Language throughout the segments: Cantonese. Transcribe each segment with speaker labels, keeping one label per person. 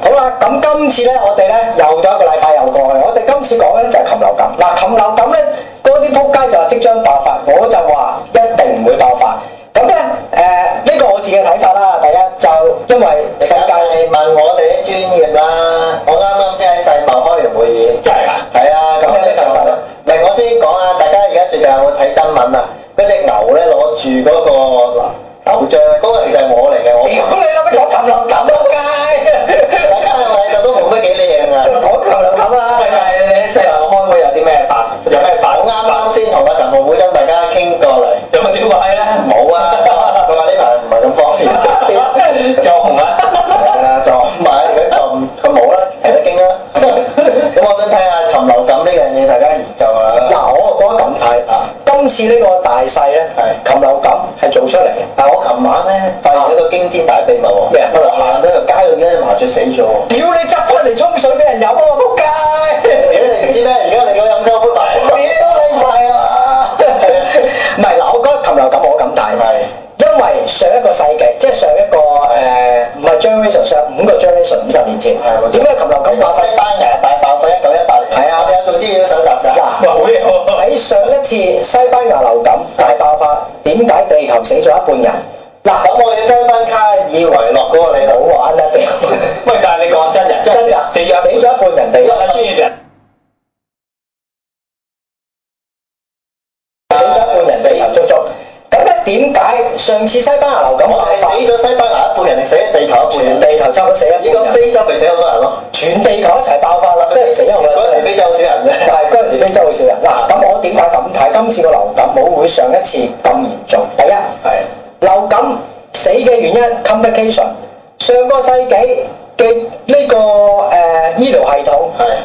Speaker 1: 好啦，咁今次咧，我哋咧又咗一個禮拜又過去，我哋今次講嘅咧就係禽流感。嗱，禽流感咧，嗰啲撲街就話即將爆發，我就話一定唔會爆發。咁咧，誒、呢、個我自己嘅睇法啦。第一就因為
Speaker 2: 你
Speaker 1: 世
Speaker 2: 梗
Speaker 1: 界
Speaker 2: 係問我哋啲專業啦，我啱啱先喺世貿開完會議。
Speaker 1: 真係啊
Speaker 2: 係啊，咁
Speaker 1: 有咩
Speaker 2: 咧就
Speaker 1: 感受咧
Speaker 2: 唔係我先講啊，大家而家最近有冇睇新聞啊？嗰只牛咧攞住嗰個牛像，嗰個其實係我嚟嘅， 我
Speaker 1: 屌你老味講禽流感撲街，
Speaker 2: 啊大家係咪就都冇乜幾靚啊？
Speaker 1: 講禽流感啊啦。喂，但係你世界開會有啲咩發？有咩啊發？
Speaker 2: 我啊啱啱先同阿陳浩本身大家傾過嚟，
Speaker 1: 有冇屌過閪咧？
Speaker 2: 冇 啊，佢話佢話呢排唔係咁方便。
Speaker 1: 就紅啦。
Speaker 2: 係啊，就唔係佢就唔佢冇啦，提得經啦。啊咁我想睇下禽流感呢樣嘢，大家研究下啦。
Speaker 1: 嗱，我覺得咁睇啊，今次呢個大勢咧，
Speaker 2: 係
Speaker 1: 禽流感係做出嚟嘅。
Speaker 2: 但我琴晚咧發現一個驚天大秘密喎，
Speaker 1: 咩啊
Speaker 2: 我就行到條街度見到隻麻雀死咗喎。
Speaker 1: 屌你執翻嚟沖水俾人飲啊！仆街！
Speaker 2: 屌你唔知咩？而家你個飲鳩杯埋，
Speaker 1: 屌你唔係啊！唔係嗱，我覺得禽流感我咁大
Speaker 2: 係
Speaker 1: 因為上一個世紀，即係上一個誒，唔係 generation 上五個 generation 五十年前
Speaker 2: 係，喎
Speaker 1: 點解禽流
Speaker 2: 咁
Speaker 1: 感
Speaker 2: 話
Speaker 1: 話
Speaker 2: 西
Speaker 1: 西
Speaker 2: 班牙大爆發一九一八年，
Speaker 1: 係啊
Speaker 2: 我哋有做資料搜集㗎。
Speaker 1: 嗱，好嘢喎！喺上一次西班牙流感大爆發，點解地球死咗一半人？嗱，
Speaker 2: 咁我要跟翻卡爾維諾嗰個理
Speaker 1: 好
Speaker 2: 論。
Speaker 1: 玩啦，屌！
Speaker 3: 喂，但係你講真人，
Speaker 1: 真㗎，死咗一半人哋。
Speaker 3: 專業人，
Speaker 1: 死咗一半人死頭足足。咁咧點解上次西班牙流感
Speaker 2: 我
Speaker 1: 大
Speaker 2: 係
Speaker 1: 發，
Speaker 2: 死咗西班牙一半人，定死咗地球一半
Speaker 1: 全
Speaker 2: 人？
Speaker 1: 地球差唔多死一半
Speaker 2: 依家
Speaker 1: 人，
Speaker 2: 非洲咪死好多人咯？
Speaker 1: 全地球一齊爆發啦，即係死咗啦。
Speaker 2: 嗰時非洲好少人啫。
Speaker 1: 但係嗰陣時非洲好少人。嗱，咁我點解咁睇今次個流感冇會上一次咁嚴重？第一，
Speaker 2: 係
Speaker 1: 流感死嘅原因 complication，上個世紀嘅呢個誒醫療系統，
Speaker 2: 係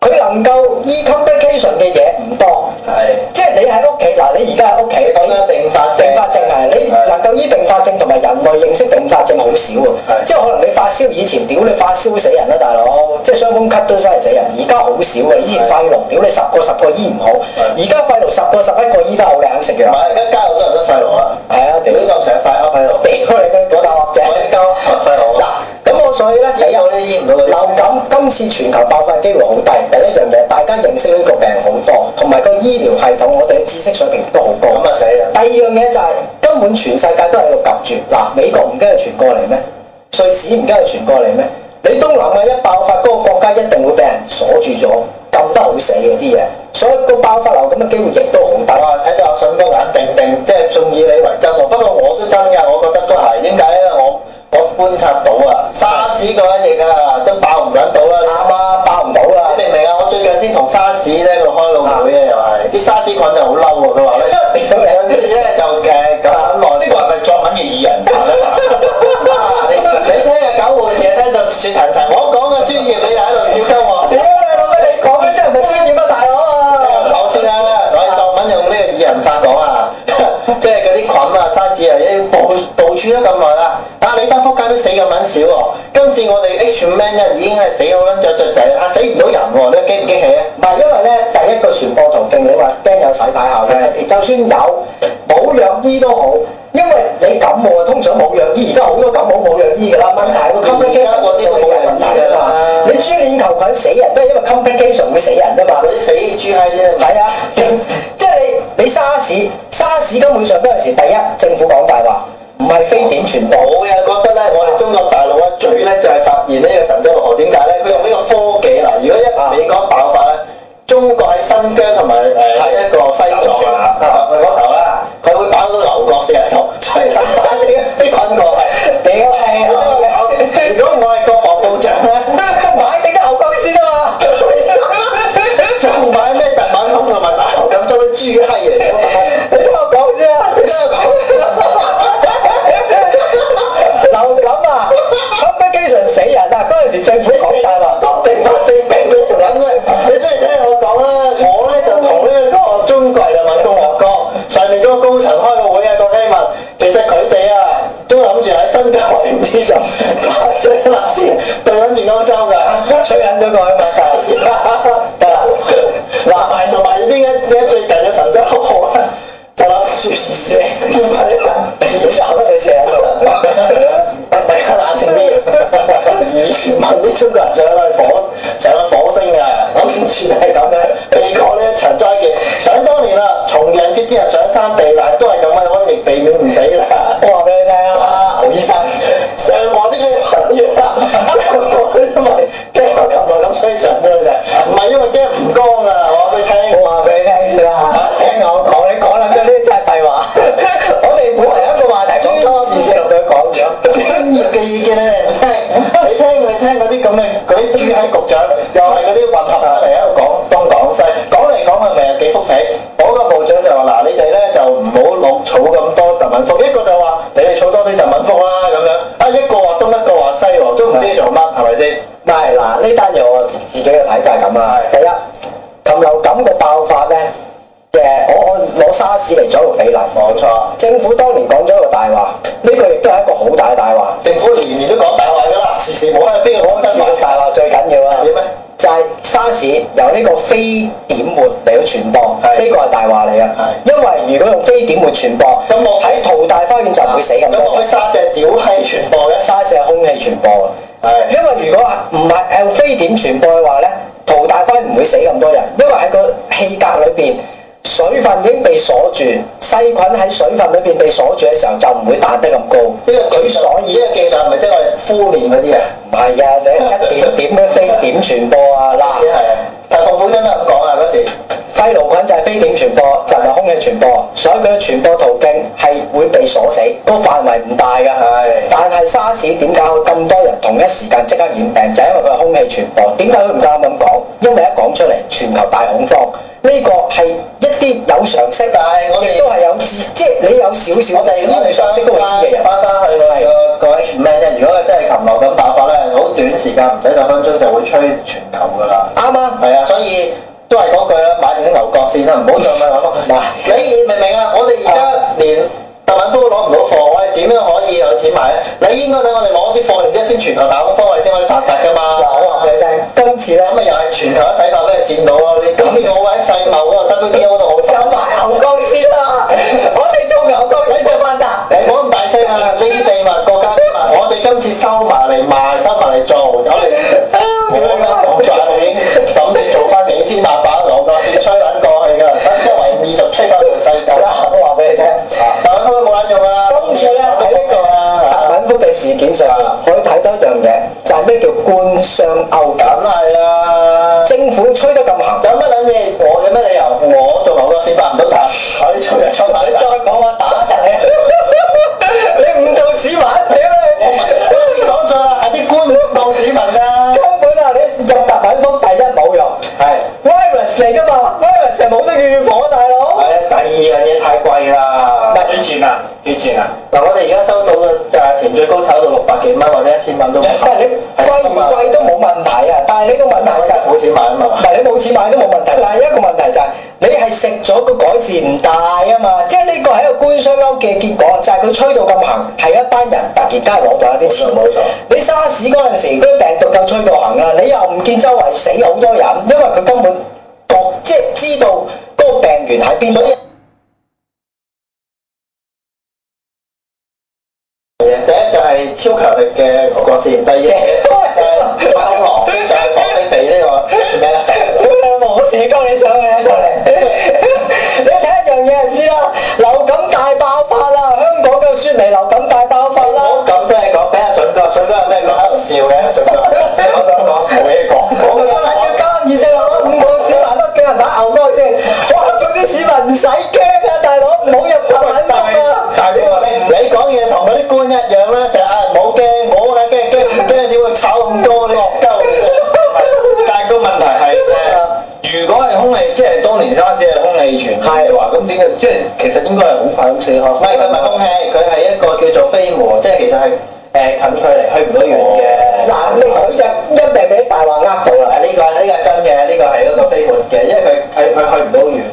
Speaker 1: 佢能夠醫 complication 嘅嘢唔多。
Speaker 2: 係。
Speaker 1: 即係你喺屋企嗱，你而家喺屋企，
Speaker 2: 你講緊並發症
Speaker 1: 並發症係你
Speaker 2: 係
Speaker 1: 能夠醫並發症同埋人類認識並發症好少喎。
Speaker 2: 係
Speaker 1: 即係可能你發燒以前，屌你發燒死人啦，大佬！即係傷風咳都真係死人，而家好少啊嘅。以前肺癆，屌你十個十個醫唔好，而家肺癆十個十一個醫得好，你肯食
Speaker 2: 唔
Speaker 1: 藥？
Speaker 2: 係，而家街好多人都肺癆啊！
Speaker 1: 係啊，
Speaker 2: 屌
Speaker 1: 屌
Speaker 2: 呢
Speaker 1: 屌
Speaker 2: 個成日肺噏喺度，
Speaker 1: 你個狗大鑊仔！
Speaker 2: 我啲鳩合肺癆啊！
Speaker 1: 嗱，咁我所以咧，
Speaker 2: 嗱，
Speaker 1: 第
Speaker 2: 你
Speaker 1: 一
Speaker 2: 有啲醫唔到嗰啲
Speaker 1: 流感今次全球爆發機會好低，第一樣嘢大家認識呢個病好多，同埋個醫療系統我哋嘅知識水平都好高。
Speaker 2: 咁啊死啦！
Speaker 1: 第二樣嘢就係、根本全世界都喺度及住，嗱，美國唔跟住傳過嚟咩？瑞士唔跟住傳過嚟咩？你東南亞一爆發，嗰、個國家一定會俾人鎖住咗，撳得好死嗰啲嘢，所以個爆發流感嘅機會亦都好低。
Speaker 2: 哇！睇到阿信都眼定定，即係仲以你為真喎。不過我都真㗎，我覺得都係點解咧？因為我我觀察到啊，沙士嗰一役啊，都爆唔緊到啦。
Speaker 1: 啱啊，爆唔到啊！
Speaker 2: 你明唔明啊？我最近先同沙士咧個開個會啊，又係啲沙士菌就好嬲喎，佢話咧，上次咧就誒咁
Speaker 3: 呢
Speaker 2: 耐，
Speaker 3: 個係咪作文嘅擬人化 咧？
Speaker 2: 你啊你聽日九號成日聽到雪層層，我講嘅專業你就喺度笑鳩我。
Speaker 1: 屌你老味，你講嘅真係唔係專業啊，大佬啊！
Speaker 2: 講先啦，我哋作文用呢個擬人法講啊， 即係嗰啲菌啊、沙士啊，已經部部署咗咁耐啦。啊，你班撲街都死咁撚少喎，今次我哋 H 5 Man 一已經係死好撚雀雀仔啦，啊死唔到人喎，你驚唔驚喜啊？
Speaker 1: 唔係因為咧，第一個傳播途徑，你話驚有洗牌效應，就算有冇藥醫都好，因為你感冒啊，通常冇藥醫，而家好多感冒冇藥醫㗎啦，問題係個 complication 嗰啲冇人問題㗎嘛。你豬鏈球菌死人都係因為 complication 會死人啫嘛
Speaker 2: 嗰。啲死豬閪啫，
Speaker 1: 係啊，即係你你沙士沙士根本上嗰陣時，第一政府講大話，唔係非典傳播。
Speaker 2: 我又覺得咧，我哋中國大陸咧最叻就係發現呢個神州六號點解咧？佢用呢個科技嗱，如果一美國爆發咧，中國喺新疆同埋誒一個西藏啊啊嗰頭啦，佢會搞到牛角四人頭，所 以大家啲啲菌過嚟。
Speaker 1: 屌你
Speaker 2: 如
Speaker 1: 老
Speaker 2: 果
Speaker 1: 味
Speaker 2: 我如果我係國防部長咧，
Speaker 1: 買定啲牛角先 啊嘛！
Speaker 2: 仲買咩特敏通同埋大牛咁多啲豬閪嚟㗎嘛？
Speaker 1: 你聽我講先啊！
Speaker 2: 你真係
Speaker 1: 流感啊 c o m p l i c a t i o n 死人啊！嗰陣時政府講大話，
Speaker 2: 講定發正病你條撚咧，你不如聽我講啦。我咧就同呢個中國人民共和國上面嗰個高層開個會啊，郭希文，其實佢哋啊都諗住喺新疆維吾 之上發最垃圾對撚住歐洲㗎。
Speaker 1: 吹緊咗個啊嘛，
Speaker 2: 得啦，嗱埋同埋點解點解最近嘅神州好好啊？就諗住射，唔係啊，
Speaker 1: 搞到佢成日喺度。
Speaker 2: 大家冷靜啲，而以前問啲中國人上去火上去火星嘅，咁次就係咁嘅。美國呢一場災劫，想當年啦，重陽節啲人上山避難都係咁嘅，瘟疫避免唔死啦。
Speaker 1: 我話俾你聽啊，
Speaker 2: 劉醫生，上網啲嘅行業啦，上網因為驚我咁耐咁所以上咗去就，唔係因為驚吳江啊，我話俾你聽。
Speaker 1: 我話俾你聽先啦，聽我講，你講兩句呢啲真係廢話。我哋本來有一個話題講多二四六對講咗，
Speaker 2: 專業嘅意見咧，你聽，你聽佢聽嗰啲咁嘅嗰啲主喺局長，又係嗰啲混合出嚟喺度講東講西，講嚟講去咪有幾幅皮。我個部長就話：嗱，你哋咧就唔好老儲咁多特敏福，一個就話你哋儲多啲特敏福啦咁樣，啊一個話東一個話西喎，都唔知做乜係咪先？
Speaker 1: 唔係嗱，呢單嘢我自己嘅睇法係咁啊。第一，禽流感嘅爆發咧，誒，我我攞沙士嚟做一個比例。
Speaker 2: 冇錯，
Speaker 1: 政府當年講咗一個大話，呢個亦都係一個好大嘅大話。
Speaker 2: 政府年年都講大話㗎啦，時時冇喺邊個講
Speaker 1: 我
Speaker 2: 真
Speaker 1: 知道
Speaker 2: 話
Speaker 1: 大話最緊要啊
Speaker 2: 係。點咧？
Speaker 1: 就係沙士由呢個非點活嚟到傳播，
Speaker 2: 係
Speaker 1: 呢個係大話嚟啊！因為如果用非點活傳播，
Speaker 2: 咁我
Speaker 1: 喺淘大花園就唔會死咁
Speaker 2: 咁我
Speaker 1: 多
Speaker 2: 可以。沙石屌閪傳播嘅，
Speaker 1: 沙士係空氣傳播啊！
Speaker 2: 係
Speaker 1: 因為如果唔係用非點傳播嘅話咧，淘大花園唔會死咁多人，因為喺個氣格裏邊。水分已經被鎖住，細菌喺水分裏邊被鎖住嘅時候就唔會彈得咁高。
Speaker 2: 呢個舉
Speaker 1: 舉所
Speaker 2: 所以
Speaker 1: 以
Speaker 2: 呢個技術係咪即係我哋敷面嗰啲啊？
Speaker 1: 唔係啊，你一點點嘅非點傳播啊！嗱
Speaker 2: 係。啊，但係本真都係咁講啊嗰時，
Speaker 1: 肺癆菌就係非點傳播，就唔係空氣傳播，所以佢嘅傳播途徑係會被鎖死，個範圍唔大㗎。但係沙士點解會咁多人同一時間即刻染病？就係、因為佢係空氣傳播。點解佢唔夠膽咁講？因為一講出嚟，全球大恐慌。呢、個係一啲有常識，
Speaker 2: 但係我哋
Speaker 1: 亦都係有知，即係你有少少
Speaker 2: 我哋
Speaker 1: 醫
Speaker 2: 我哋
Speaker 1: 療常
Speaker 2: 上
Speaker 1: 識
Speaker 2: 先
Speaker 1: 都
Speaker 2: 都
Speaker 1: 會
Speaker 2: 會
Speaker 1: 知嘅
Speaker 2: 知
Speaker 1: 人
Speaker 2: 嘅，。翻翻去我哋個個 H 咩啫？如果真係禽流感爆發咧，好短時間唔使十分鐘就會吹全球㗎啦。
Speaker 1: 啱啊！
Speaker 2: 係啊，所以都係嗰句啦，買定啲牛角線啦，唔好再買牛角。嗱，你明唔明啊？我哋而家連特朗普都攞唔到貨，我哋點樣可以有錢買咧？你應該等我哋攞啲貨，然之後先全球大恐慌，我哋先可以發達㗎嘛。
Speaker 1: 嗱，我話俾你聽，今次咧
Speaker 2: 咁咪又係全球一體化俾人線到咯。你今次我喺世貿嗰個 WTO 度 好
Speaker 1: 就埋牛角先啦，我哋做牛角先就發達。
Speaker 2: 你唔好咁大聲啊！呢啲秘密國家秘密，我哋今次收埋嚟賣，收埋嚟做，我哋冇間講價你咁你做翻幾千萬把我個先吹撚過去㗎，新一為美術吹翻全世界。
Speaker 1: 嗱，我話俾你聽，
Speaker 2: 但我收都冇撚用啊！
Speaker 1: 今次咧喺呢個特
Speaker 2: 啊，
Speaker 1: 敏福嘅事件上，可以睇多一樣嘢，就係咩叫官商勾
Speaker 2: 梗
Speaker 1: 結。
Speaker 2: 係啦。
Speaker 1: 政府吹得咁行，
Speaker 2: 有乜撚嘢？我有乜理由？我做牛角先發唔到達，佢做人做埋
Speaker 1: 你再講我打柒你，你誤導市民，屌你！
Speaker 2: 我你講咗啦，係啲官當市民咋。
Speaker 1: 根本啊，你入特敏福第一冇用
Speaker 2: 係。
Speaker 1: ，virus 嚟噶嘛，virus 係冇得預防啊，大佬。
Speaker 2: 係啊，第二樣嘢太貴啦。
Speaker 3: 幾錢啊？幾錢啊？
Speaker 2: 嗱，我哋而家收到嘅價錢最高炒到六百幾蚊或者一千蚊都唔
Speaker 1: 唔係你貴唔貴都冇問題啊，但係你個問題就係
Speaker 2: 冇錢買啊嘛
Speaker 1: 唔。係你冇錢買都冇問題，但係一個問題就係、你係食咗個改善唔大啊嘛，即係呢個係一個官商勾結嘅結果，就係、佢吹到咁行，係一班人突然間攞到一啲錢。
Speaker 2: 冇錯冇錯
Speaker 1: 你沙士嗰陣時，嗰啲病毒夠吹到行啦，你又唔見周圍死好多人，因為佢根本覺即係知道嗰個病源喺邊度。
Speaker 2: 第一就係超強力嘅國國線，第二嘢就係太空狼上火星地呢個 咩啊咧？
Speaker 1: 我社交你上嚟上嚟， 你睇一樣嘢就知啦，流感大爆發啦，香港嘅雪梨流感大爆發啦。
Speaker 2: 我咁都係講俾阿筍哥，筍哥係咩講喺度笑嘅？筍 哥，我想講冇嘢講，啊
Speaker 1: 我
Speaker 2: 我
Speaker 1: 哋要加二四六啦，五個市民都叫人打牛哥先。我叫啲市民唔使驚啊，大佬唔好入特敏福啊！
Speaker 2: 但係呢個你你講嘢同嗰啲官一樣啦，就係啊唔好驚，我梗係驚，驚唔驚點會炒咁多你戇鳩
Speaker 3: 但係個問題係誒，如果係空氣，即係當年沙士係空氣傳
Speaker 1: 係
Speaker 3: 係話，咁點解即係其實應該係好快咁死開？
Speaker 2: 唔係佢唔係空氣，佢係一個叫做飛蛾，即係其實係誒近距離去唔到遠嘅。
Speaker 1: 嗱，你佢就一定俾大話呃到
Speaker 2: 啊
Speaker 1: 啦。
Speaker 2: 呢個呢個真嘅，呢個係一個飛蛾嘅，因為佢佢佢去唔到遠嘅，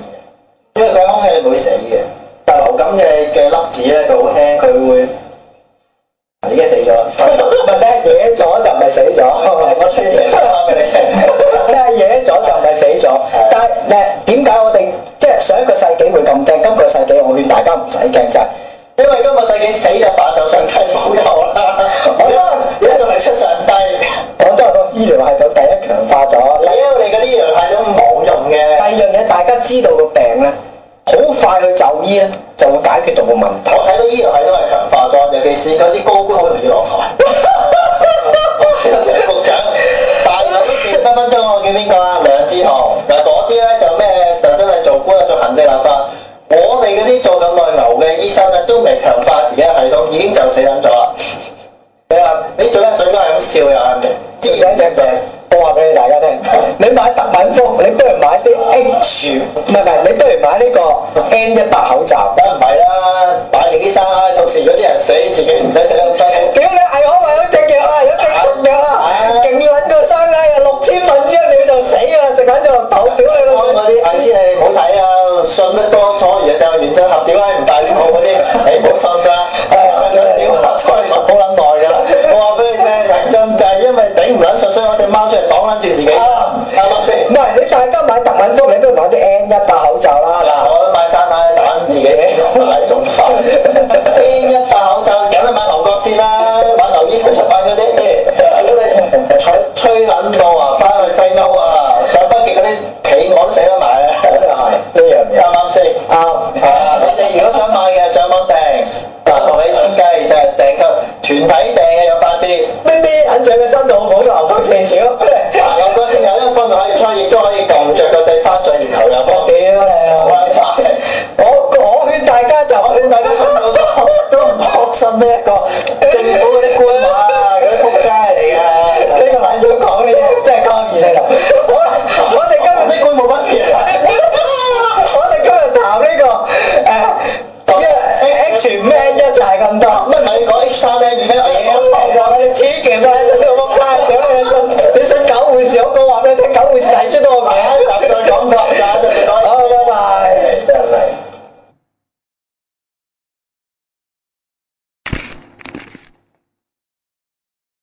Speaker 2: 因為佢喺空氣你唔會死嘅。但流感嘅嘅粒子咧，佢好輕，佢會啊已經死咗。
Speaker 1: 唔係你係惹咗就唔係死咗，
Speaker 2: 我吹嘢翻俾你聽。
Speaker 1: 你係惹咗就唔係死咗。但係誒點解我哋即係上一個世紀會咁驚，今個世紀我勸大家唔使驚就係。
Speaker 2: 因啊為今個世紀死就扮就上帝冇救啦，我而家仲係出上帝，
Speaker 1: 個問題。
Speaker 2: 我睇到呢樣嘢都係強化咗，尤其是嗰啲高官好容易落台。局長，大陸都變分分鐘，我叫邊個啊？梁志豪嗱，嗰啲咧就咩就真係做官啊，做行政立法。我哋嗰啲做咁耐牛嘅醫生咧，都未強化自己嘅系統，已經就死撚咗啦。你話你做咩水哥係咁笑又係咪？
Speaker 1: 自己一隻病，我話俾你大家聽，你買特敏福，你不如買啲 H，唔係唔係，你不如買呢個 N 一百口罩。
Speaker 2: 梗唔係啦，擺定啲衫，到時如果啲人死，自己唔使死得咁辛苦。
Speaker 1: 屌你係我為咗隻藥啊，有隻毒藥啊，勁要揾個生拉啊，六千蚊之後你就死㗎啦，食緊咗落肚，屌你老
Speaker 2: 我
Speaker 1: 母！
Speaker 2: 嗰啲銀先你唔好睇啊，信得多所以就原真合屌閪唔大啲好嗰啲，你唔好信㗎。 想屌合再密好撚耐㗎啦，我話俾你聽，認真就係因為頂唔撚順，所以我只貓出嚟擋撚住自己。啊啱唔啱先
Speaker 1: 唔？係你大家買特敏福，你不如買啲 N 一百口罩啦
Speaker 2: 嗱，
Speaker 1: 嗱。
Speaker 2: 我都買山奶蛋自己食，奶仲快。邊一塊口罩梗係買牛角先啦，買牛醫佢出品嗰啲。如果你吹吹撚到啊，翻去西歐啊，上北極嗰啲企鵝都死得埋啊！
Speaker 1: 呢樣嘢
Speaker 2: 啱唔啱先？
Speaker 1: 啱
Speaker 2: 係啊！你哋如果想買嘅，上網訂。嗱，同你設計就係訂購團體訂嘅有八折。
Speaker 1: 咩咩肯上嘅身度，我冇留到四少。
Speaker 2: 嗱，牛角先有一方面可以吹，亦都可以撳着個掣翻上月球又方
Speaker 1: 我
Speaker 2: 便。
Speaker 1: 屌你
Speaker 2: 好
Speaker 1: 啊！
Speaker 2: 撚慘！
Speaker 1: 我我勸大家就
Speaker 2: 我勸大家信到都都唔學信呢